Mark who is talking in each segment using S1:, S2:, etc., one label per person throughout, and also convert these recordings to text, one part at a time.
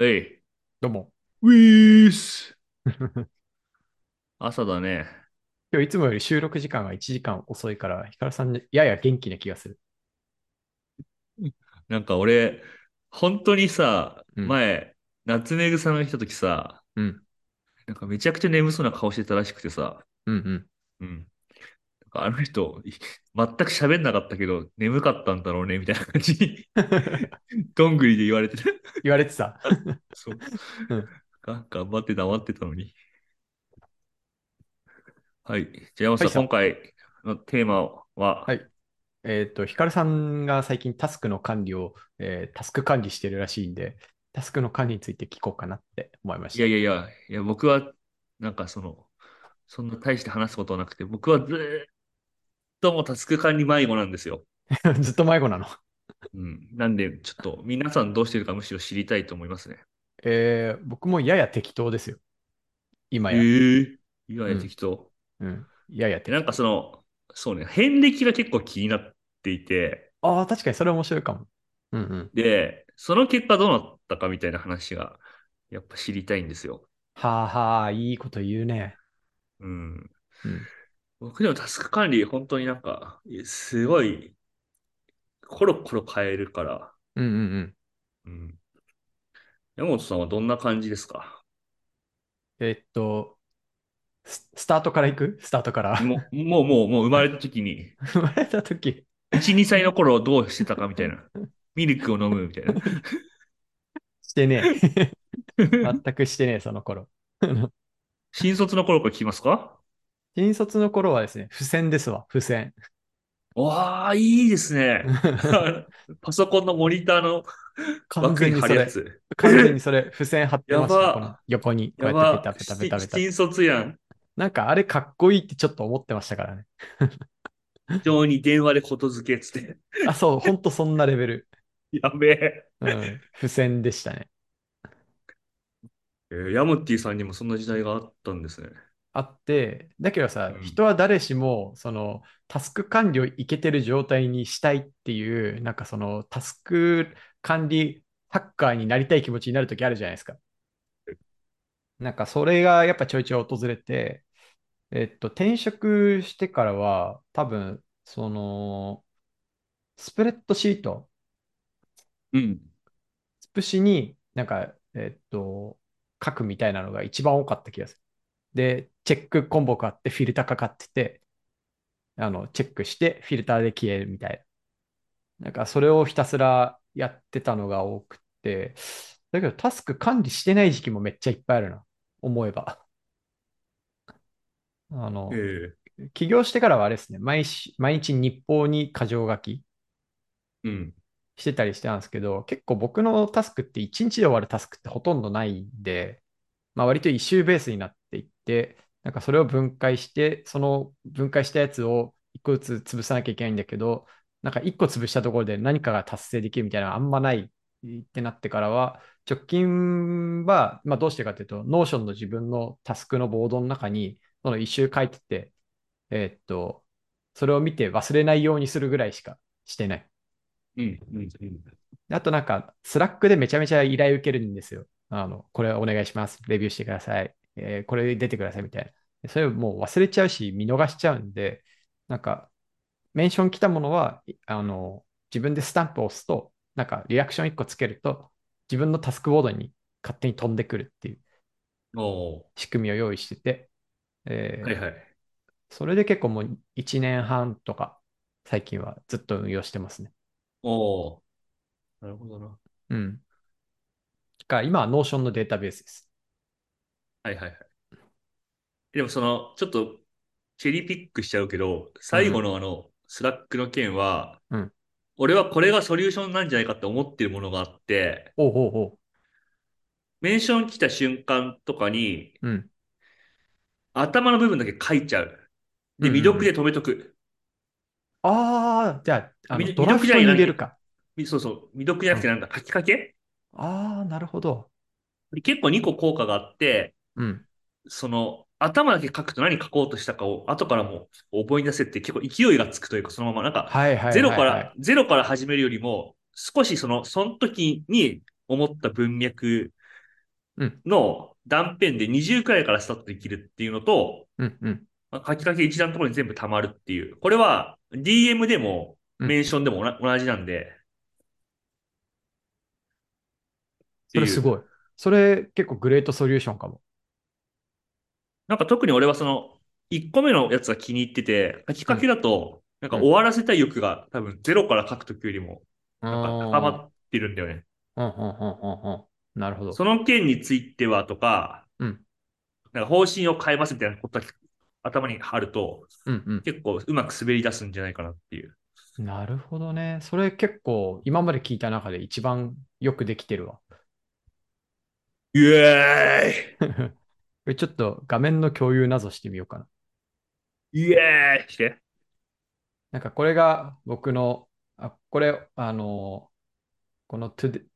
S1: えい、
S2: どう も。
S1: ウィース。
S2: 今
S1: 朝だね。
S2: 日いつもより収録時間が1時間遅いから、ヒカルさん、やや元気な気がする。
S1: なんか俺、本当にさ、
S2: うん
S1: 前、夏目草の日来た時さ、
S2: うん。
S1: なんかめちゃくちゃ眠そうな顔してたらしくてさ、
S2: うんうん。
S1: うん。なんかあの人、い全く喋んなかったけど、眠かったんだろうね、みたいな感じに、どんぐりで言われてた。
S2: 言われてた。
S1: そう。
S2: うん
S1: が頑張って黙ってたのに。はい。じゃあ山
S2: は
S1: 本
S2: いさ
S1: さん、今回のテーマは、
S2: はいえっと、ヒカルさんが最近タスクの管理を、えータスク管理してるらしいんで、タスクの管理について聞こうかなって思いまし
S1: い
S2: た。
S1: やいやいや、いや僕は、なんかその、そんな大して話すことはなくて、僕はずーっともうタスク管理迷子なんですよ。
S2: ずっと迷子なの。
S1: うん。なんで、ちょっと皆さんどうしてるかむしろ知りたいと思いますね。
S2: えー僕もやや適当ですよ。今
S1: え
S2: や。
S1: ー、意外
S2: うん
S1: と適当。
S2: うん。やや
S1: で、
S2: 適
S1: なんかその、そうね、遍歴が結構気になっていて、
S2: 当。ああ、確かにそれ面白いかも。うんうん。
S1: で、その結果どうなったかみたいな話が、やっぱ知りたいんですよ。
S2: はあはあ、いいこと言うね。
S1: うん。
S2: うん。
S1: 僕でもタスク管理、本当になんか、すごい、コロコロ変えるから、
S2: うんうんうん。
S1: うん。山本さんはどんな感じですか
S2: えっと、ススタートから行くスタートから。
S1: もう、もう、もう、もう生まれた時に、
S2: 生まれた時
S1: 1、2歳の頃どうしてたかみたいな。ミルクを飲むみたいな。
S2: してねえ。全くしてねえ、その頃。
S1: 新卒の頃から聞きますか
S2: 新卒の頃はですね、付箋ですわ、付箋。
S1: わあ、いいですね。パソコンのモニターの
S2: 完
S1: 枠
S2: 全
S1: に
S2: に
S1: 貼
S2: そ
S1: るや
S2: れ、
S1: つ。
S2: 完全にそれ、付箋貼ってまし
S1: やば
S2: た、この横に。こう
S1: や
S2: やってペ
S1: ば
S2: タ、ペタペタペタ。
S1: 新卒やん。
S2: なんかあれかっこいいってちょっと思ってましたからね。
S1: 非常に電話でことづけっつって。
S2: あ、そう、ほんとそんなレベル。
S1: やべえ。
S2: うん、付箋でしたね。
S1: えーヤムティさんにもそんな時代があったんですね。
S2: あって、だけどさ、
S1: うん
S2: 人は誰しも、その、タスク管理をいけてる状態にしたいっていう、なんかその、タスク管理ハッカーになりたい気持ちになるときあるじゃないですか。なんかそれがやっぱちょいちょい訪れて、えっと、転職してからは、多分、その、スプレッドシート、
S1: うん。
S2: スプシになんか、えっと、書くみたいなのが一番多かった気がする。で、チェック項目あって、フィルターかかってて、あの、チェックして、フィルターで消えるみたいな。なんか、それをひたすらやってたのが多くて、だけど、タスク管理してない時期もめっちゃいっぱいあるな、思えば。あの、
S1: ええ
S2: 起業してからはあれですね、毎日、毎日日報に箇条書き
S1: うん。
S2: してたりしてたんですけど、結構僕のタスクって1日で終わるタスクってほとんどないんで、まあ、割と一周ベースになっていって、なんかそれを分解して、その分解したやつを1個ずつ潰さなきゃいけないんだけど、なんか1個潰したところで何かが達成できるみたいなのがあんまないってなってからは、直近は、まあ、どうしてかっていうと、ノーションの自分のタスクのボードの中に、その一周書いてて、えーっと、それを見て忘れないようにするぐらいしかしてない。
S1: うん。うん。うん
S2: あとなんか、スラックでめちゃめちゃ依頼受けるんですよ。あの、これお願いします。レビューしてください。えーこれ出てくださいみたいな。でそれもう忘れちゃうし、見逃しちゃうんで、なんか、メンション来たものは、いあの、自分でスタンプを押すと、なんか、リアクション1個つけると、自分のタスクボードに勝手に飛んでくるっていう
S1: おー
S2: 仕組みを用意してて、えー
S1: はいはい。
S2: それで結構もう1年半とか、最近はずっと運用してますね。
S1: おーなるほどな。
S2: うん。が今はノーションのデータベースです。
S1: はいはいはい。でもその、ちょっと、チェリーピックしちゃうけど、最後のあの、スラックの件は、
S2: うん
S1: 俺はこれがソリューションなんじゃないかって思ってるものがあって、
S2: おうおうおう。
S1: メンション来た瞬間とかに、
S2: うん。
S1: 頭の部分だけ書いちゃう。で、
S2: うんうんうん
S1: 未読で止めとく。
S2: ああ、じゃあ、あの
S1: み
S2: ドラフトに入れるか。
S1: みそうそう、未読じゃなくてなんだ、書きかけ
S2: ああ、なるほど。
S1: で結構2個効果があって、
S2: うん。
S1: その、頭だけ書くと何書こうとしたかを後からも思い出せって結構勢いがつくというか、そのままなんか、
S2: はいはいはい、はい。
S1: ゼロから、ゼロから始めるよりも、少しその、その時に思った文脈
S2: うん
S1: の断片で20くらいからスタートできるっていうのと、
S2: うんうん。
S1: まあ書きかけ一覧のところに全部溜まるっていう。これは DM でも
S2: うん
S1: メンションでもおな同じなんで。
S2: それす
S1: い。
S2: ごい。それ結構グレートソリューションかも。
S1: なんか特に俺はその1個目のやつが気に入ってて、書きかけだとなんか終わらせたい欲が多分ゼロから書くときよりもなんか高まってるんだよね。
S2: うんうんうんうんうん。なるほど。
S1: その件についてはとか、
S2: うん
S1: なんか方針を変えますみたいなことが頭にあると、
S2: うん
S1: 結構うまく滑り出すんじゃないかなっていう。
S2: うん。なるほどね。それ結構今まで聞いた中で一番よくできてるわ。
S1: イエ
S2: これちょっと画面の共有なぞしてみようかな。
S1: ーイイエーイして。
S2: なんかこれが僕の、あ、これ、あの、この to d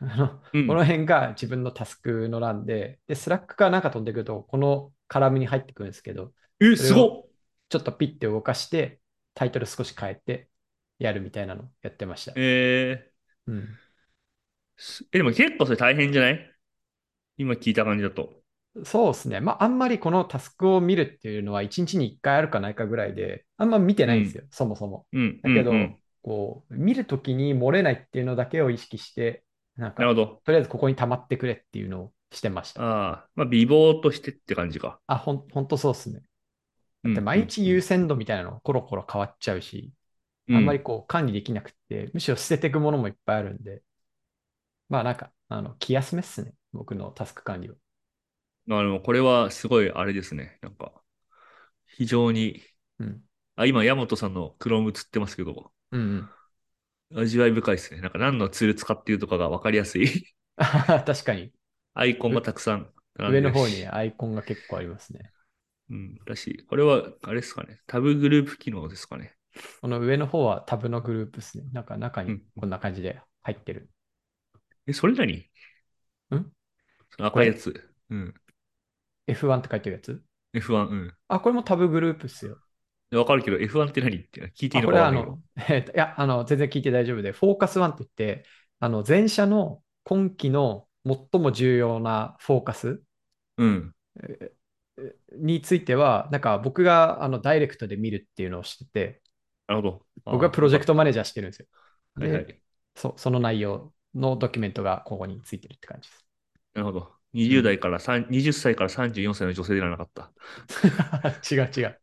S2: あの
S1: うん
S2: この辺が自分のタスクの欄で、で、スラックからなんか飛んでくると、この絡みに入ってくるんですけど、
S1: え、すごっ
S2: ちょっとピッて動かして、タイトル少し変えてやるみたいなのやってました。
S1: え
S2: うん。
S1: ーすえ、でも結構それ大変じゃない今聞いた感じだと。
S2: そうですね。まあ、あんまりこのタスクを見るっていうのは、1日に1回あるかないかぐらいで、あんま見てないんですよ、そもそも。
S1: うん。
S2: だけど、
S1: うんうん
S2: こう、見るときに漏れないっていうのだけを意識して、な
S1: なる
S2: んか、
S1: ほど。
S2: とりあえずここに溜まってくれっていうのをしてました。
S1: ああ、まあ、美貌としてって感じか。
S2: あ、ほん、ほんとそうですね。
S1: うん
S2: で、毎日優先度みたいなのコロコロ変わっちゃうし、
S1: うん
S2: あんまりこう管理できなくって、むしろ捨てていくものもいっぱいあるんで、まあなんか、あの、気休めっすね。僕のタスク管理を。
S1: うんあの、これはすごいあれですね。なんか、非常に、
S2: うん。
S1: あ、今、山本さんの Chrome 映ってますけど、
S2: うんうん。
S1: 味わい深いですね。なんか何のツール使っているとかが分かりやすい。
S2: 確かに、
S1: アイコンがたくさん並んで
S2: 上の
S1: るし
S2: 方にアイコンが結構ありますね。
S1: うん、だし、これは、あれですかね。タブグループ機能ですかね。
S2: この上の方はタブのグループですね。なんか中
S1: う
S2: に
S1: ん
S2: こんな感じで入ってる。
S1: え、それ何
S2: ん
S1: その赤いやつ。うん。
S2: F1 って書いてるやつ
S1: F1、うん。
S2: あ、これもタブグループっすよ。
S1: でわかるけど、F1 って何って聞いてい
S2: あ
S1: い
S2: こ
S1: の
S2: れ
S1: かわか
S2: はあ
S1: んないけど
S2: の、 えっといや、あの、全然聞いて大丈夫で、フォーカスワンって言って、あの、前者の今期の最も重要なフォーカス
S1: うん。
S2: えーについては、なんか僕があのダイレクトで見るっていうのをしてて、
S1: なるほど。
S2: 僕がプロジェクトマネージャーしてるんですよ。
S1: トはいは
S2: で、
S1: い。
S2: そその内容のドキュメントがここについてるって感じです。
S1: なるほど。20代から3 20歳から34歳の女性ではなかった。
S2: 違う違う。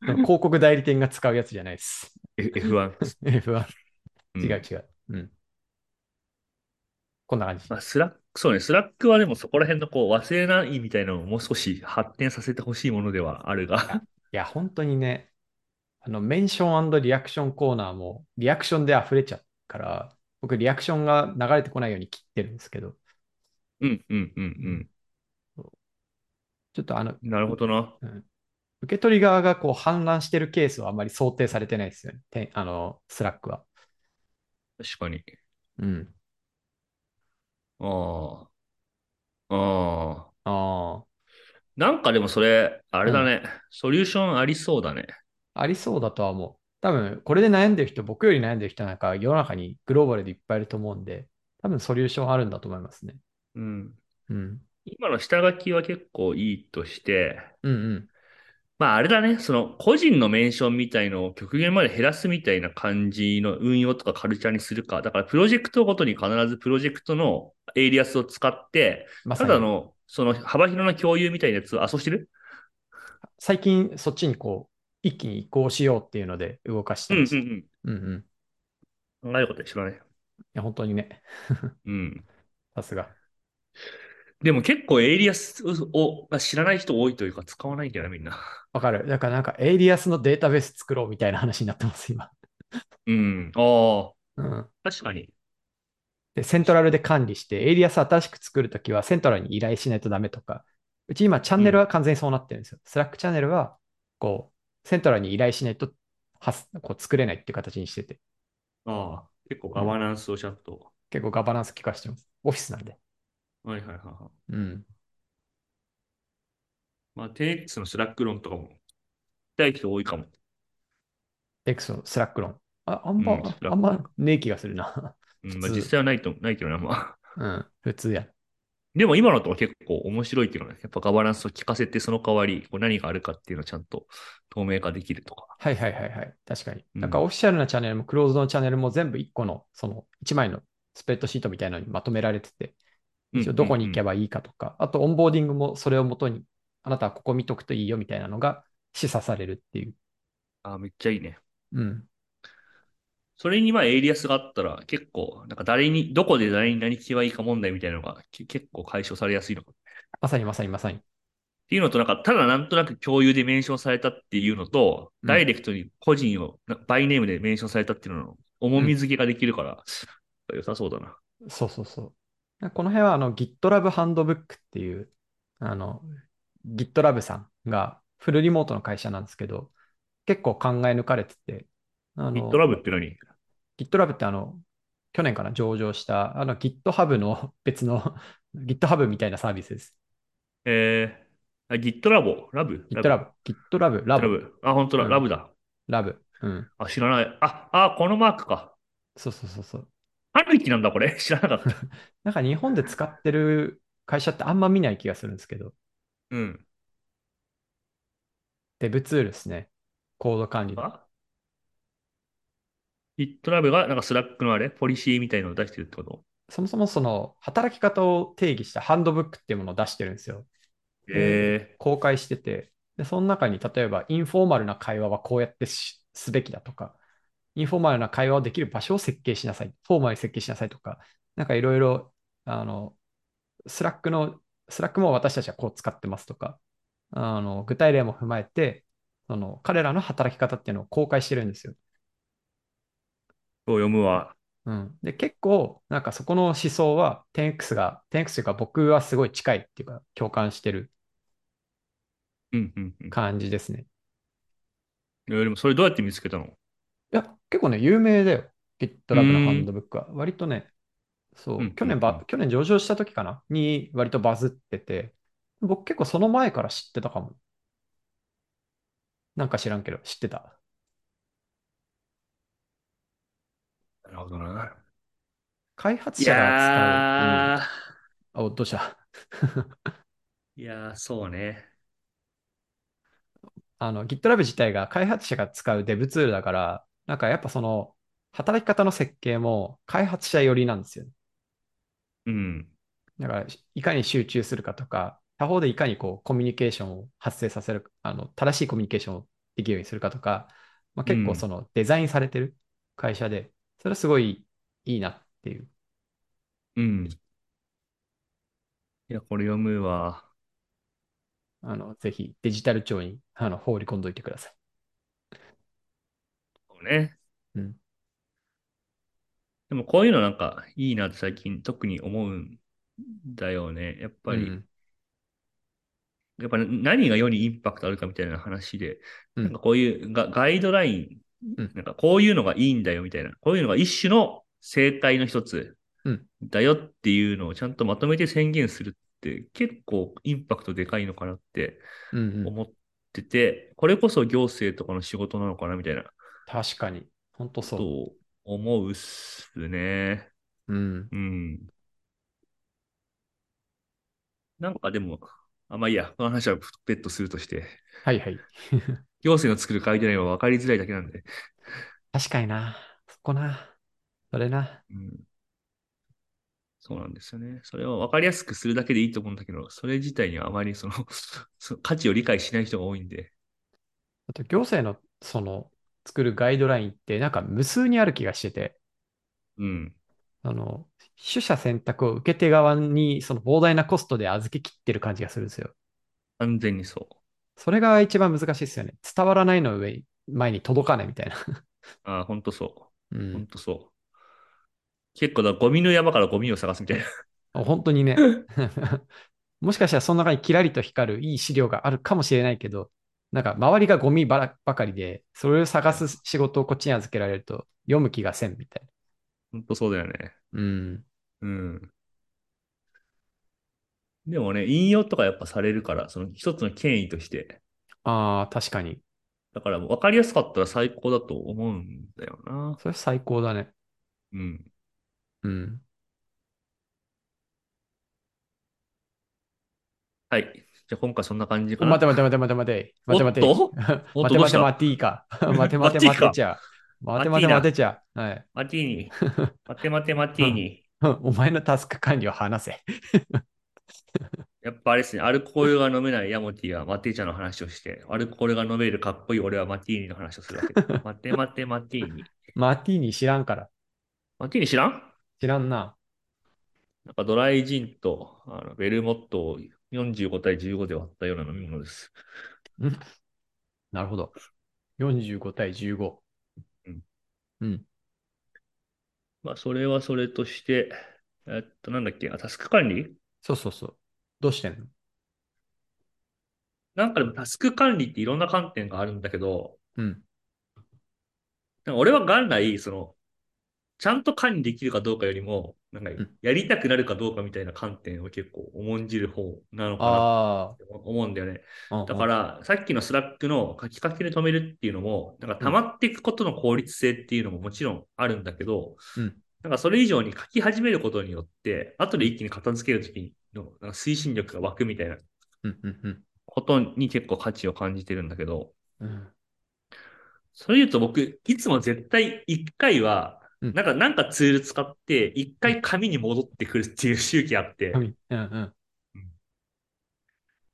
S2: 広告代理店が使うやつじゃないです。
S1: F- F1。
S2: F1。
S1: うん
S2: 違う違う。うん。こんな感じ。
S1: まあ、スラック、そうね、スラックはでもそこら辺のこう忘れないみたいなのをもう少し発展させてほしいものではあるが、
S2: いや、本当にね、あの、メンションリアクションコーナーも、リアクションで溢れちゃうから、僕、リアクションが流れてこないように切ってるんですけど、
S1: うんうんうん
S2: ちょっとあの、
S1: うん。なるほどな。
S2: 受け取り側がこう氾濫してるケースはあんまり想定されてないですよね。てあの、スラックは。
S1: 確かに。
S2: うん。
S1: ああ。ああ。
S2: あ
S1: なんかでもそれ、あれだね。ソリューションありそうだね。
S2: あ、ありそうだとは思う。多分、これで悩んでる人、僕より悩んでる人なんか、世の中にグローバルでいっぱいいると思うんで、多分ソリューションあるんだと思いますね。
S1: うん。
S2: うん。
S1: 今の下書きは結構いいとして、
S2: うんうん。
S1: まああれだね、その個人のメンションみたいのを極限まで減らすみたいな感じの運用とかカルチャーにするか。だからプロジェクトごとに必ずプロジェクトのエイリアスを使って、
S2: まさ
S1: ただ
S2: に
S1: の、その幅広な共有みたいなやつを、あ、そうしてる
S2: 最近そっちにこう、一気に移行しようっていうので動かして
S1: うん
S2: ま
S1: う
S2: す。
S1: ん
S2: うんうん。い
S1: うん。考えること一緒だね。
S2: や、本当にね、
S1: うん。
S2: さすが。
S1: でも結構エイリアスをが知らない人多いというか使わないんだよね、みんな。
S2: わかる。だからなんか、エイリアスのデータベース作ろうみたいな話になってます、今。
S1: うん。あ
S2: うん。
S1: あ、確かに。
S2: で、セントラルで管理して、エイリアス新しく作るときは、セントラルに依頼しないとダメとか、うち今、チャンネルは完全にそうなってるんですよ。スラックチャンネルは、こう、セントラルに依頼しないと、はすこう作れないっていう形にしてて、
S1: ああ、結構ガバナンスをちゃんと。
S2: 結構ガバナンス効かしてます。オフィスなんで。
S1: はいはいはいはい。
S2: うん。
S1: まあ、テ 10X のスラック論とかも、聞きたい人多いかも。
S2: X のスラック論。あ、あんま、
S1: うんスラック
S2: あんまねえ気がするな。
S1: うん、まあ、
S2: 普通
S1: 実際はないと、ないけどな、まあ。
S2: うん、普通や。
S1: でも今のとは結構面白いっていうのはね、やっぱガバナンスを聞かせて、その代わり、こう何があるかっていうのをちゃんと透明化できるとか。
S2: はいはいはいはい。確かに。
S1: うん
S2: なんかオフィシャルなチャンネルもクローズドのチャンネルも全部1個の、その1枚のスプレッドシートみたいなのにまとめられてて、一応どこに行け
S1: ば、
S2: ばいいかとか、あとオンボーディングもそれをもとに、あなたはここ見とくといいよみたいなのが示唆されるっていう。
S1: あ、めっちゃいいね。
S2: うん。
S1: それにまあエイリアスがあったら結構、なんか誰に、どこで誰に何聞けばいいか問題みたいなのがけ結構解消されやすいのか。っ
S2: まさにまさにまさに。
S1: ていうのと、なんかただなんとなく共有でメンションされたっていうのと、
S2: うん
S1: ダイレクトに個人をなんかバイネームでメンションされたっていうのの重み付けができるから、良さそうだな。
S2: そうそうそう。この辺はあの GitLab ハンドブックっていうあの GitLab さんがフルリモートの会社なんですけど、結構考え抜かれてて、あの
S1: GitLab って何
S2: GitLab ってあの、去年から上場したあの GitHub の別の GitHub みたいなサービスです。
S1: えー、あ GitLab? ラブ
S2: GitLab、GitLab、
S1: ラ
S2: Lab、
S1: ブ。あ、本当だ、
S2: うん
S1: ラブだ。
S2: Lab。うん。
S1: あ、知らない。あ、あ、このマークか。
S2: そうそうそうそう。
S1: 春樹なんだ、これ。 知らなかった。
S2: なんか日本で使ってる会社ってあんま見ない気がするんですけど、
S1: うん。
S2: デブツールですね。コード管理の。
S1: あ ?GitLab が、なんかスラックのあれ、ポリシーみたいのを出してるってこと
S2: そもそもその働き方を定義したハンドブックっていうものを出してるんですよ。
S1: え
S2: 公開してて、で、その中に例えばインフォーマルな会話はこうやってしすべきだとか、インフォーマルな会話をできる場所を設計しなさい、フォーマルに設計しなさいとか、なんかいろいろ、あの、スラックの、スラックも私たちはこう使ってますとか、あの、具体例も踏まえて、その彼らの働き方っていうのを公開してるんですよ。
S1: ー、を読むわ。
S2: うん、で結構なんかそこの思想は 10X が 10X というか僕はすごい近いっていうか共感してる
S1: うんうんうん。
S2: 感じですね。
S1: いやでもそれどうやって見つけたの
S2: いや結構ね有名だよ GitLab のハンドブックは。割とねそう、
S1: うん
S2: 去年
S1: うんう
S2: ば去年上場した時かなに割とバズってて僕結構その前から知ってたかも。なんか知らんけど知ってた。
S1: なるほどな。
S2: 開発
S1: い
S2: 者が使う。
S1: やー、
S2: うん、おどうした
S1: いやー、そうね。
S2: あの GitLab 自体が開発者が使うデブツールだから、なんかやっぱその働き方の設計も開発者寄りなんですよ。
S1: うん。
S2: だからいかに集中するかとか、他方でいかにこうコミュニケーションを発生させる、あの正しいコミュニケーションをできるようにするかとか、まあ、結
S1: う
S2: 構
S1: ん
S2: そのデザインされてる会社で、それはすごいいいなっていう。
S1: うん。いや、これ読むわ。
S2: あのぜひデジタル庁にあの放り込んどいてください。
S1: そうね。
S2: うん
S1: でもこういうのなんかいいなって最近特に思うんだよね。やっぱり、
S2: うん
S1: やっぱ何が世にインパクトあるかみたいな話で、
S2: うん
S1: なんかこういうガガイドライン、
S2: うん
S1: なんかこういうのがいいんだよみたいな、こういうのが一種の正解の一つ
S2: うん
S1: だよっていうのをちゃんとまとめて宣言するって結構インパクトでかいのかなって
S2: うんうん、
S1: 思ってて、これこそ行政とかの仕事なのかなみたいな
S2: 確かに、本当
S1: こと
S2: そ
S1: を思うっすね。
S2: う。うん
S1: うん。なんかでも、あ、まあいいや、この話は別途するとして、
S2: はいはい。
S1: 行政の作るガイドラインは分かりづらいだけなんで、
S2: 確かにな。そこな。それな。
S1: うん。そうなんですよね。それを分かりやすくするだけでいいと思うんだけど、それ自体にはあまりその その価値を理解しない人が多いんで、
S2: あと行政のその作るガイドラインってなんか無数にある気がしてて、
S1: うん。
S2: あの、取捨選択を受け手側にその膨大なコストで預け切ってる感じがするんですよ。
S1: 完全にそう。
S2: それが一番難しいですよね。伝わらないの上、前に届かないみたいな。
S1: あ、ほんとそうう。ほん
S2: ん。
S1: とそう。結構だ、ゴミの山からゴミを探すみたいな。
S2: 本当にね。 もしかしたらその中にキラリと光るいい資料があるかもしれないけど、なんか周りがゴミばらばかりで、それを探す仕事をこっちに預けられると読む気がせんみたい
S1: ほんとそうだよね。
S2: な。うん。
S1: うん。でもね、引用とかやっぱされるから、その一つの権威として。
S2: ああ、確かに。
S1: だから分かりやすかったら最高だと思うんだよな。
S2: それ最高だね。
S1: うん。
S2: うん。
S1: はい。じゃあ今回そんな感じかな。
S2: 待て待て待て待て待て。待て待て。
S1: おっとおっ
S2: 待
S1: と
S2: て
S1: どう
S2: 待
S1: してた
S2: 待ていいか。 待て待て
S1: マティ
S2: 待
S1: ーか
S2: てちゃう。待て待て
S1: マ
S2: 待
S1: テ
S2: てちゃう。はい。
S1: マティーニ。マテマテマティーニ。
S2: お前のタスク管理を話せ。
S1: やっぱあれですね、アルコールが飲めないヤモティはマティーチャの話をして、アルコールが飲めるかっこいい俺はマティーニの話をするわけです。マテマテマティーニ。
S2: マティーニ知らんから。
S1: マティーニ知らん
S2: 知らんな。
S1: なんかドライジンとあのベルモットを45対15で割ったような飲み物です。
S2: なるほど。45対15。
S1: うん。
S2: うん。
S1: まあ、それはそれとして、えっと、なんだっけ、あタスク管理
S2: そうそうそう。どうしてんの
S1: なんかでもタスク管理っていろんな観点があるんだけど、
S2: うん。
S1: なんか俺は元来、その、ちゃんと管理できるかどうかよりも、なんか
S2: ん
S1: やりたくなるかどうかみたいな観点を結構重んじる方なのかなっ
S2: あ
S1: て思うんだよね。
S2: あ。
S1: だか、ら、さっきのスラックの書きかけで止めるっていうのも、なんか溜まっていくことの効率性っていうのももちろんあるんだけど、
S2: うん
S1: なんかそれ以上に書き始めることによって、後で一気に片付けるときのなんか推進力が湧くみたいな
S2: うんうん
S1: ことに結構価値を感じてるんだけど、
S2: うん。うん
S1: それ言うと僕、いつも絶対1回は、
S2: うん
S1: なんか、なんかツール使って、1回紙に戻ってくるっていう周期あって、
S2: 神。うんうん。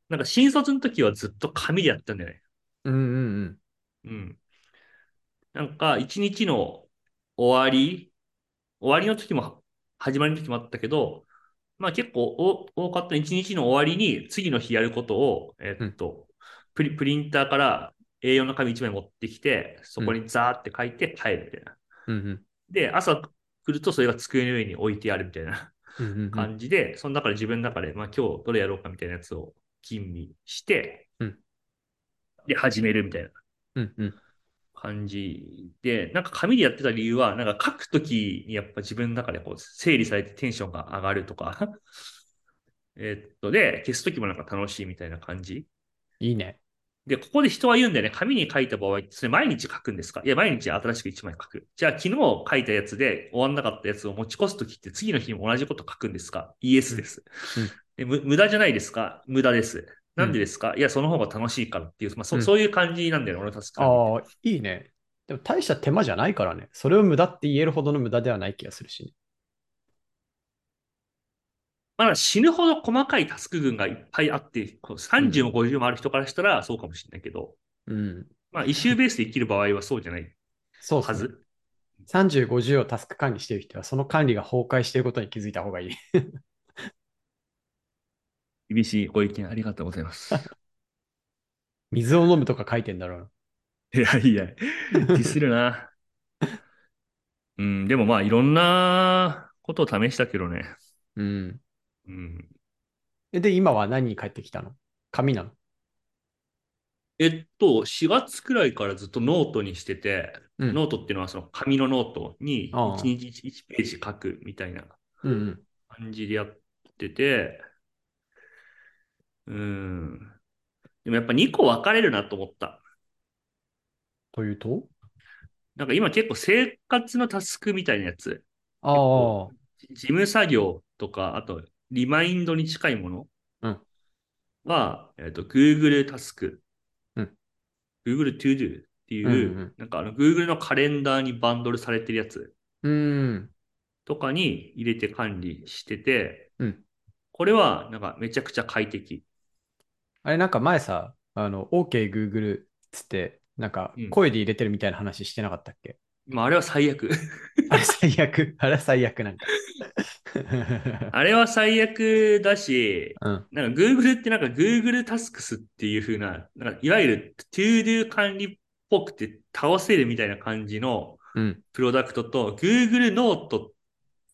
S1: なんか新卒の時はずっと紙でやったんだよね。
S2: うんうんうん。
S1: うん。なんか、一日の終わり、終わりの時も、始まりの時もあったけど、まあ結構お多かった一日の終わりに、次の日やることを、えっと、プリ、プリンターから A4 の紙1枚持ってきて、そこにザーって書いて帰るみたいな。
S2: うんうん
S1: で、朝来るとそれが机の上に置いてあるみたいな
S2: うんうんうん。
S1: 感じで、その中で自分の中で、まあ今日どれやろうかみたいなやつを吟味して、
S2: うん
S1: で、始めるみたいな。
S2: うんうん。
S1: 感じで、なんか紙でやってた理由は、なんか書くときにやっぱ自分の中でこう整理されてテンションが上がるとか、 えっと、で、消すときもなんか楽しいみたいな感じ。
S2: いいね。
S1: で、ここで人は言うんだよね。紙に書いた場合、それ毎日書くんですかいや、毎日新しく1枚書く。じゃあ、昨日書いたやつで終わんなかったやつを持ち越すときって次の日も同じこと書くんですかイエスです、
S2: うん
S1: でむ。無駄じゃないですか無駄です。なんでですか、いや、その方が楽しいからっていう、まあそ
S2: うん
S1: そういう感じなんだよね、俺のタスク管理って
S2: ああ、いいね。でも大した手間じゃないからね。それを無駄って言えるほどの無駄ではない気がするしね、
S1: まあ、死ぬほど細かいタスク群がいっぱいあって、こう30も50もある人からしたらそうかもしれないけど、
S2: うん。
S1: まあ、イシューベースで生きる場合はそうじゃない
S2: そう
S1: は
S2: ですね。
S1: ず。
S2: 30、50をタスク管理している人は、その管理が崩壊していることに気づいた方がいい。
S1: 厳しいご意見ありがとうございます。
S2: 水を飲むとか書いてんだろうな。
S1: いやいや、ディスるな。うん、でもまあ、いろんなことを試したけどね。
S2: うん。
S1: うん、
S2: えで、今は何に帰ってきたの紙なの
S1: えっと、4月くらいからずっとノートにしてて、
S2: うん
S1: ノートっていうのはその紙のノートに
S2: ああ
S1: 1日1ページ書くみたいな
S2: うんうん。
S1: 感じでやってて、うん。でもやっぱ2個分かれるなと思った。
S2: というと
S1: なんか今結構生活のタスクみたいなやつ、
S2: ああ
S1: 構、事務作業とか、あとリマインドに近いも
S2: うん
S1: のは、えっと、Google タスク、
S2: うん、
S1: Google To Do っていう、
S2: うんうん
S1: なんかあの Google のカレンダーにバンドルされてるやつ
S2: うん。
S1: とかに入れて管理してて、
S2: うん
S1: これはなんかめちゃくちゃ快適。
S2: あれ、なんか前さ、あの、OK Google っつって、なんか
S1: うん
S2: 声で入れてるみたいな話してなかったっけ、
S1: まあ、あれは最悪。
S2: あれ最悪。あれ最悪なんか。
S1: あれは最悪だし、
S2: うん。
S1: なんか Google ってなんか Google タスクスっていう風な、なんかいわゆる To Do 管理っぽくて倒せるみたいな感じの
S2: うん。
S1: プロダクトと Google ノート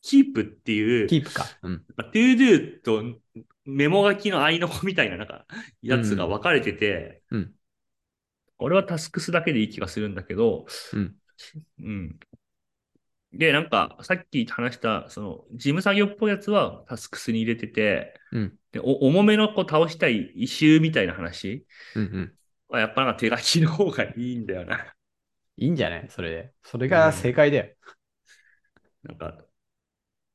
S1: Keep っていう、
S2: キープか。うん。
S1: なんか To Do とメモ書きの合いの子みたいななんかやつが分かれてて、
S2: うん
S1: 俺はタスクスだけでいい気がするんだけど、
S2: うん。
S1: うん。で、なんか、さっき話した、その、事務作業っぽいやつはタスクスに入れてて、
S2: うん。
S1: でお重めのこう倒したい異臭みたいな話
S2: うんうん。
S1: は、やっぱなんか手書きの方がいいんだよな。
S2: いいんじゃないそれで。それが正解だよ。
S1: なんか、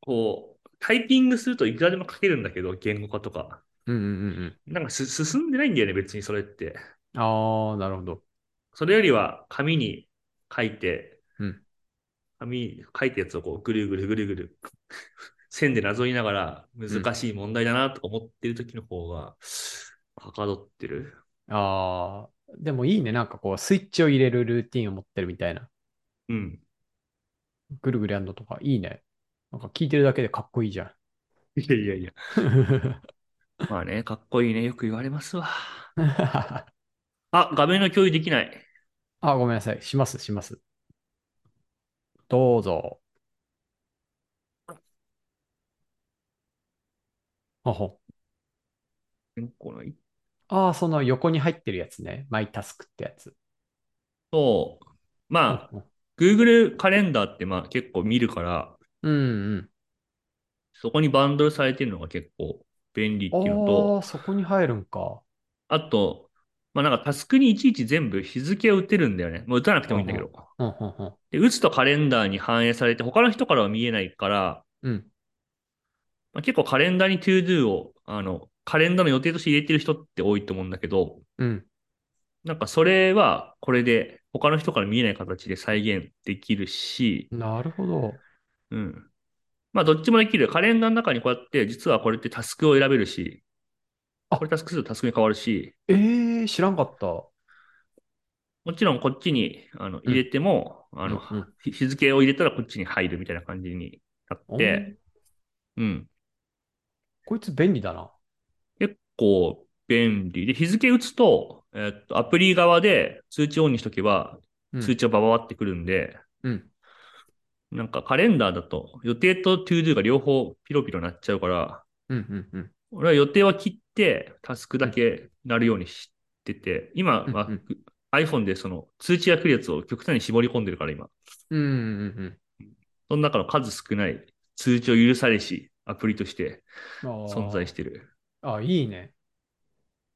S1: こう、タイピングするといくらでも書けるんだけど、言語化とか。
S2: うんうんうん
S1: なんかす進んでないんだよね、別にそれって。
S2: うん。ああ、なるほど。
S1: それよりは紙に書いて、
S2: うん
S1: 紙に書いたやつをこうぐるぐるぐるぐる線でなぞりながら難しい問題だなとか思ってる時の方がはかどってる。
S2: ああ、でもいいね。なんかこう、スイッチを入れるルーティンを持ってるみたいな。
S1: うん。
S2: ぐるぐるやんのとか、いいね。なんか聞いてるだけでかっこいいじゃん。
S1: いやいやいや。まあね、かっこいいね。よく言われますわ。
S2: あ、
S1: あ、画面の共有できない。
S2: ごめんなさい。します、します。どうぞ。あほ。
S1: この
S2: ああ、その横に入ってるやつね。マイタスクってやつ。
S1: そう。
S2: う
S1: まあ、
S2: ん
S1: Google カレンダーってまあ結構見るから、
S2: うん。
S1: そこにバンドルされてるのが結構便利っていうのと、
S2: ああ、そこに入るんか。
S1: あと、まあ、なんかタスクにいちいち全部日付を打てるんだよね。もう打たなくてもいいんだけど。
S2: うんうんうん。
S1: で、打つとカレンダーに反映されて、他の人からは見えないから、
S2: うん。
S1: まあ、結構カレンダーに to do を、あの、カレンダーの予定として入れてる人って多いと思うんだけど、
S2: うん。
S1: なんかそれはこれで他の人から見えない形で再現できるし、
S2: なるほど。
S1: うん。まあどっちもできる。カレンダーの中にこうやって、実はこれってタスクを選べるし、
S2: あ
S1: これタスクするとタスクに変わるし、
S2: ええ知らんかった。
S1: もちろんこっちにあの入れても、あの、
S2: うんうん
S1: 日日付を入れたらこっちに入るみたいな感じになっ
S2: お
S1: て
S2: ー、
S1: うん。
S2: こいつ便利だな。
S1: 結構便利で、日付打つと、えっと、アプリ側で通知オンにしとけば、
S2: うん
S1: 通知がバババってくるんで、
S2: うん。
S1: なんかカレンダーだと予定と to do が両方ピロピロなっちゃうから、
S2: うんうんうん。
S1: 俺は予定は切ってタスクだけなるようにしてて、今は
S2: うんうん
S1: iPhone でその通知が来るやつを極端に絞り込んでるから今。
S2: うんうん
S1: その中の数少ない通知を許されしアプリとして
S2: うん。あー
S1: 存在してる
S2: あ、いいね。
S1: っ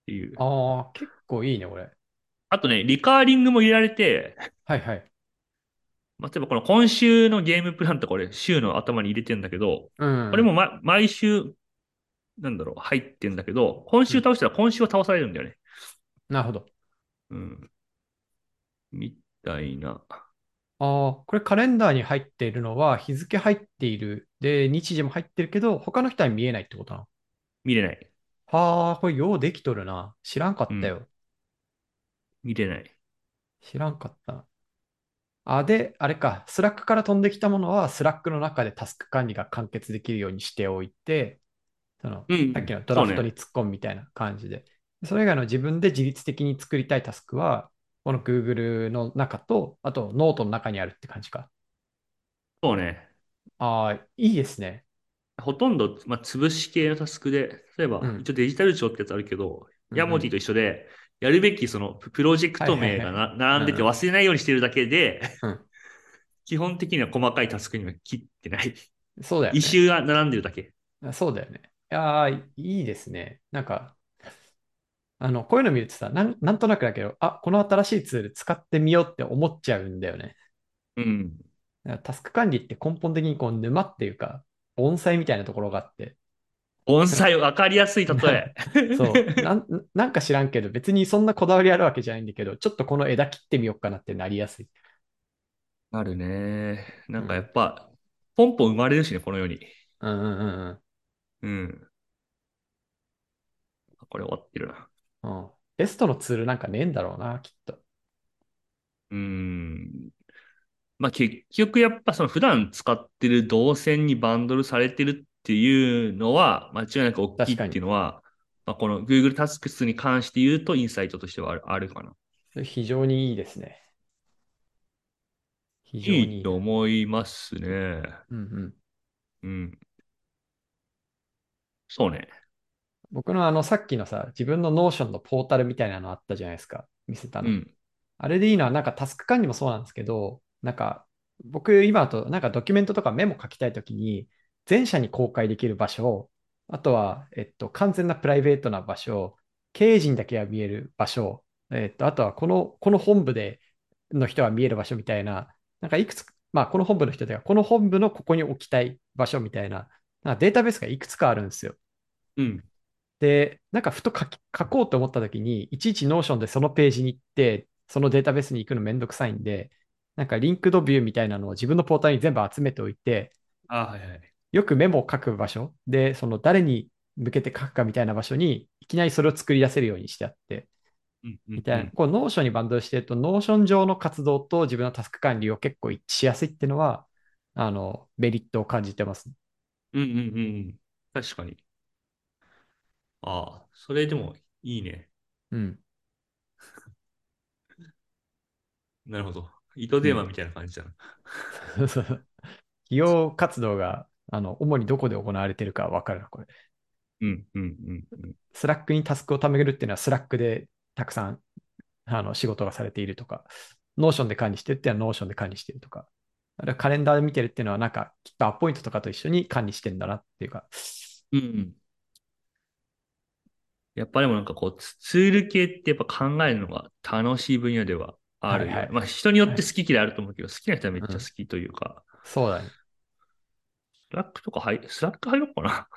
S1: ていう。あ
S2: ああ、結構いいね、これ。
S1: とね、リカーリングも入れられて、
S2: はいはい。
S1: まあ例えばこの今週のゲームプランとか俺週の頭に入れてんだけど、
S2: うん。
S1: これも、ま、毎週、なんだろう、入ってんだけど、今週倒したら今週は倒されるんだよね。
S2: なるほど。
S1: うん。みたいな。
S2: ああ、これカレンダーに入っているのは日付入っている。で、日時も入ってるけど、他の人は見えないってことなの。
S1: 見れない。
S2: はあ、これようできとるな。知らんかったよ。
S1: 見れない。
S2: 知らんかったな。あ、で、あれか。スラックから飛んできたものは、スラックの中でタスク管理が完結できるようにしておいて、その、
S1: うん
S2: さっきのドラフ
S1: そ
S2: ト
S1: うね
S2: に突っ込むみたいな感じで、それ以外の自分で自律的に作りたいタスクは、この Google の中と、あとノートの中にあるって感じか。
S1: そうね。
S2: ああ、いいですね。
S1: ほとんど、まあ、潰し系のタスクで、例えば、
S2: うん
S1: 一応デジタル庁ってやつあるけど、
S2: うん
S1: ヤモティと一緒で、やるべきそのププロジェクト名が
S2: はい
S1: な、並んでて
S2: うん
S1: 忘れないようにしてるだけで、
S2: うん
S1: 基本的には細かいタスクには切ってない。
S2: そうだよね。
S1: 異臭が並んでるだけ。
S2: そうだよね。いやー、いいですね。なんか、あの、こういうの見るとさ、なん、なんとなくだけど、あ、この新しいツール使ってみようって思っちゃうんだよね。
S1: うん。
S2: だからタスク管理って根本的にこう沼っていうか、盆栽みたいなところがあって、
S1: 盆栽、わかりやすい例 え。
S2: そう、なん、なんか知らんけど、別にそんなこだわりあるわけじゃないんだけど、ちょっとこの枝切ってみようかなってなりやすい。
S1: なるね。なんかやっぱ、ポンポン生まれるしね、この世に。
S2: うんうんうん
S1: うん。あこれ終わってるな。
S2: うん。うん。ベストのツールなんかねえんだろうな、きっと。
S1: うーん。まあ結局やっぱその普段使ってる動線にバンドルされてるっていうのは間違いなく大きいっていうのは、まあ、この Google タスクスに関して言うとインサイトとしてはあるあるかな。
S2: それ非常にいいですね。非常に
S1: いいと思いますね。
S2: うんうん。
S1: うん。そうね。
S2: 僕のあのさっきのさ、自分のノーションのポータルみたいなのあったじゃないですか。見せた
S1: う
S2: の。
S1: ん。
S2: あれでいいのは、なんかタスク管理もそうなんですけど、なんか僕今だとなんかドキュメントとかメモ書きたいときに、全社に公開できる場所、あとは、えっと、完全なプライベートな場所、経営陣だけが見える場所、えっと、あとはこの、この本部での人が見える場所みたいな、なんかいくつか、まあこの本部の人というか、この本部のここに置きたい場所みたいな、なんかデータベースがいくつかあるんですよ。
S1: うん。
S2: で、なんかふと書き書こうと思った時に、いちいちノーションでそのページに行って、そのデータベースに行くのめんどくさいんで、なんかリンクドビューみたいなのを自分のポータルに全部集めておいて、
S1: あはいはい。
S2: よくメモを書く場所で、その誰に向けて書くかみたいな場所に、いきなりそれを作り出せるようにしてあって、
S1: うん
S2: みたいな、こう、ノーションにバンドしてると、ノーション上の活動と自分のタスク管理を結構一致しやすいっていうのは、あの、メリットを感じてます。
S1: うんうんうんうん。確かに。ああ、それでもいいね。
S2: うん。
S1: なるほど。糸電話みたいな感じだな。
S2: 企 業活動が、あの、主にどこで行われてるかわかるな、これ。
S1: うんうんうんうん。
S2: スラックにタスクを貯めるっていうのは、スラックでたくさん、あの、仕事がされているとか、ノーションで管理してるっていうのは、ノーションで管理してるとか、あるいはカレンダーで見てるっていうのは、なんか、きっとアポイントとかと一緒に管理してんだなっていうか、
S1: うん。やっぱでもなんかこう、ツツール系ってやっぱ考えるのが楽しい分野ではあるよね。
S2: はいはい
S1: まあ人によって好き嫌いあると思うけど、好きな人はめっちゃ好きというか、
S2: そうだね。
S1: スラックとか入、スラック入ろうかな。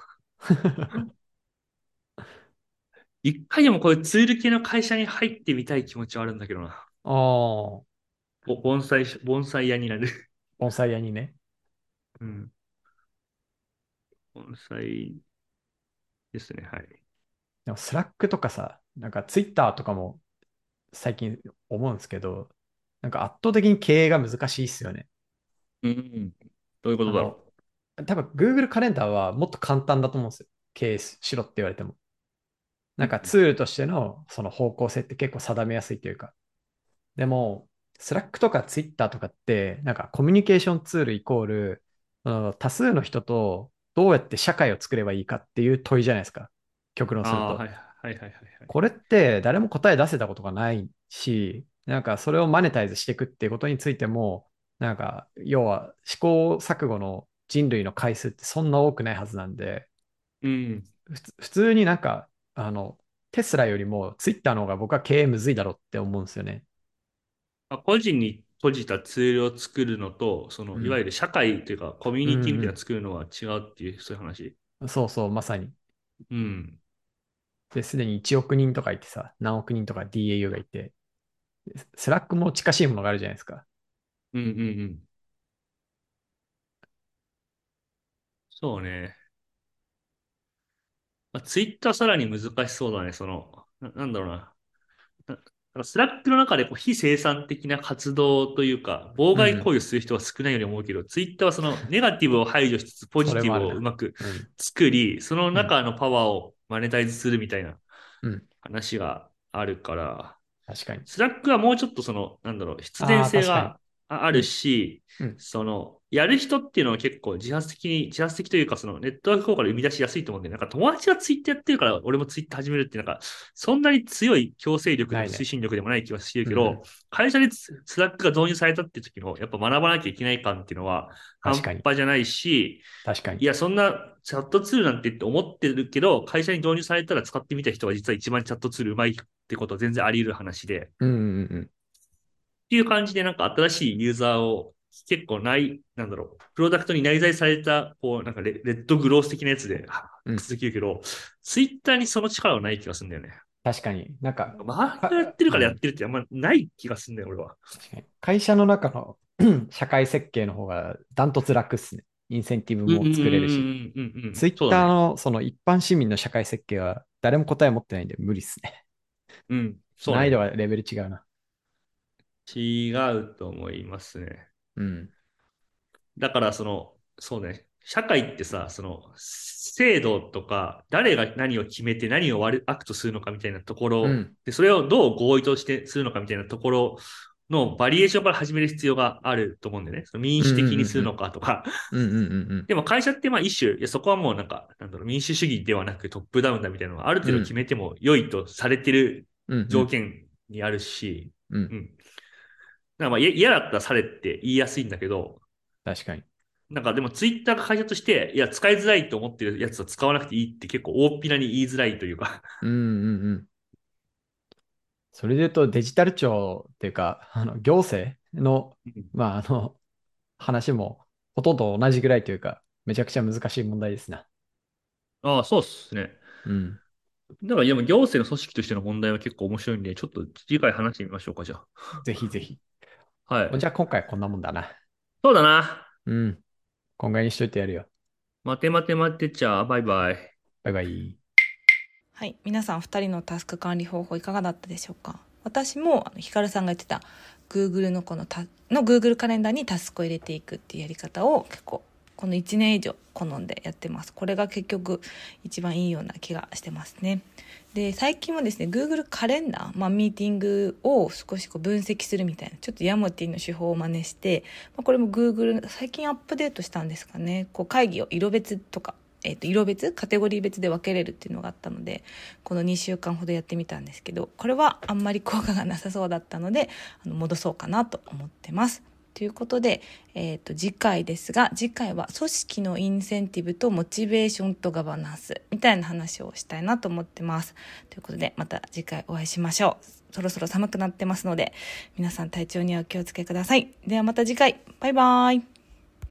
S1: 一回でもこういうツール系の会社に入ってみたい気持ちはあるんだけどな。
S2: ああ、
S1: ぼ盆栽し、盆栽屋になる。
S2: 盆栽屋にね。
S1: うん。盆栽ですね、はい。
S2: でも、スラックとかさ、なんか、ツイッターとかも、最近思うんですけど、なんか圧倒的に経営が難しいっすよね。
S1: うん。どういうことだろ
S2: 多分 Google カレンダーはもっと簡単だと思うんですよ。経営しろって言われても。なんかツールとしてのその方向性って結構定めやすいというか。でも、Slack とか Twitter とかって、なんかコミュニケーションツールイコール、その多数の人とどうやって社会を作ればいいかっていう問いじゃないですか。極論
S1: う。
S2: する
S1: ああ、
S2: と
S1: は。いはいはいはいはい。
S2: これって誰も答え出せたことがないし、なんかそれをマネタイズしていくっていうことについても、なんか要は試行錯誤の人類の回数ってそんな多くないはずなんで、
S1: うん。
S2: ふつ普通になんか、あの、テスラよりもツイッターの方が僕は経営むずいだろうって思うんですよね。
S1: まあ、個人に閉じたツールを作るのと、その
S2: うん
S1: いわゆる社会というか、コミュニティみたいなのを作るのは違うっていう、そういう話。
S2: そうそう、まさに。
S1: うん。
S2: で、すでに1億人とかいてさ、何億人とか DAU がいて、スラックも近しいものがあるじゃないですか。
S1: うんうんうん。そうね。まあ、ツイッターさらに難しそうだね。その、な、なんだろうな。ななんかスラックの中でこう非生産的な活動というか、妨害行為をする人は少ないように思うけど、ツイッターはそのネガティブを排除しつつ、ポジティブをうまく作り、その中のパワーをマネタイズするみたいな
S2: うん、うん、
S1: 話があるから、
S2: 確かに。
S1: スラックはもうちょっとその、なんだろう、必然性がああるし、
S2: うん
S1: その、やる人っていうのは結構自発的に、自発的というか、そのネットワーク効果で生み出しやすいと思うんで、なんか友達がツイッターやってるから、俺もツイッター始めるって、なんか、そんなに強い強制力で
S2: な
S1: も
S2: いね
S1: 推進力でもない気はしてるけ
S2: う
S1: ど、
S2: ん
S1: 会社でススラックが導入されたって時の、やっぱ学ばなきゃいけない感っていうのは、半
S2: 確かに
S1: 端じゃないし、
S2: 確か
S1: い
S2: に。
S1: や、そんなチャットツールなんてって思ってるけど、会社に導入されたら使ってみた人は実は一番チャットツールうまいってことは全然あり得る話で。っ
S2: うんうんうん。
S1: ていう感じで、なんか新しいユーザーを結構ない、なんだろう、プロダクトに内在された、こう、なんかレレッドグロース的なやつでは
S2: うん
S1: 発掘できるけど、ツイッターにその力はない気がするんだよね。
S2: 確かに。なんか、
S1: 周りがやってるからやってるってあんまない気がするんだよ、俺は。
S2: 確かに会社の中の 社会設計の方がダントツ楽っすね。インセンティブも作れる
S1: う
S2: し。
S1: んうんうんうん。
S2: ツイッタ
S1: そう
S2: ー
S1: だね
S2: のその一般市民の社会設計は誰も答え持ってないんで無理っすね。
S1: うん。そう
S2: 難易
S1: ね
S2: 度はレベル違うな。
S1: 違うと思いますね。
S2: うん。
S1: だから、その、そうね、社会ってさ、その、制度とか、誰が何を決めて何を悪悪とするのかみたいなところ、
S2: うん。
S1: で、それをどう合意としてするのかみたいなところのバリエーションから始める必要があると思うんだよね。その民主的にするのかとか。
S2: うんうんう ん
S1: でも会社ってまあ一種、いやそこはもうなんか、なんだろう、民主主義ではなくトップダウンだみたいなのはある程度決めても良いとされてる
S2: うん。うん
S1: 条件にあるし、
S2: うんう。
S1: うんん。だからまあい嫌だったらされって言いやすいんだけど、
S2: 確かに。
S1: なんかでもツイッターが会社として、いや、使いづらいと思ってるやつは使わなくていいって結構大っぴらに言いづらいというか。
S2: うんうんうん。それで言うとデジタル庁っていうか、あの行政の、まあ、あの、話もほとんど同じぐらいというか、めちゃくちゃ難しい問題ですな。
S1: ああ、そうっすね。
S2: うん。
S1: だから、でも行政の組織としての問題は結構面白いんで、ちょっと次回話してみましょうか、じゃ
S2: ぜひぜひ。
S1: あ。はい。
S2: じゃあ今回はこんなもんだな。
S1: そうだな。
S2: うん。こんぐらいにしといてやるよ。
S1: 待て待て待てちゃあ、バイバイ。
S2: バイバイ。
S3: はい、皆さん2人のタスク管理方法いかがだったでしょうか私もあのヒカルさんが言ってた Google のこのタの Google カレンダーにタスクを入れていくっていうやり方を結構この1年以上好んでやってますこれが結局一番いいような気がしてますねで最近はですね Google カレンダー、まあ、ミーティングを少しこう分析するみたいなちょっとヤモティの手法を真似して、まあ、これも Google 最近アップデートしたんですかねこう会議を色別とか、えー、と色別カテゴリー別で分けれるっていうのがあったのでこの2週間ほどやってみたんですけどこれはあんまり効果がなさそうだったのであの戻そうかなと思ってます。ということで、えー、と次回ですが次回は組織のインセンティブとモチベーションとガバナンスみたいな話をしたいなと思ってます。ということでまた次回お会いしましょう。そろそろ寒くなってますので皆さん体調にはお気をつけください。ではまた次回バイバイ。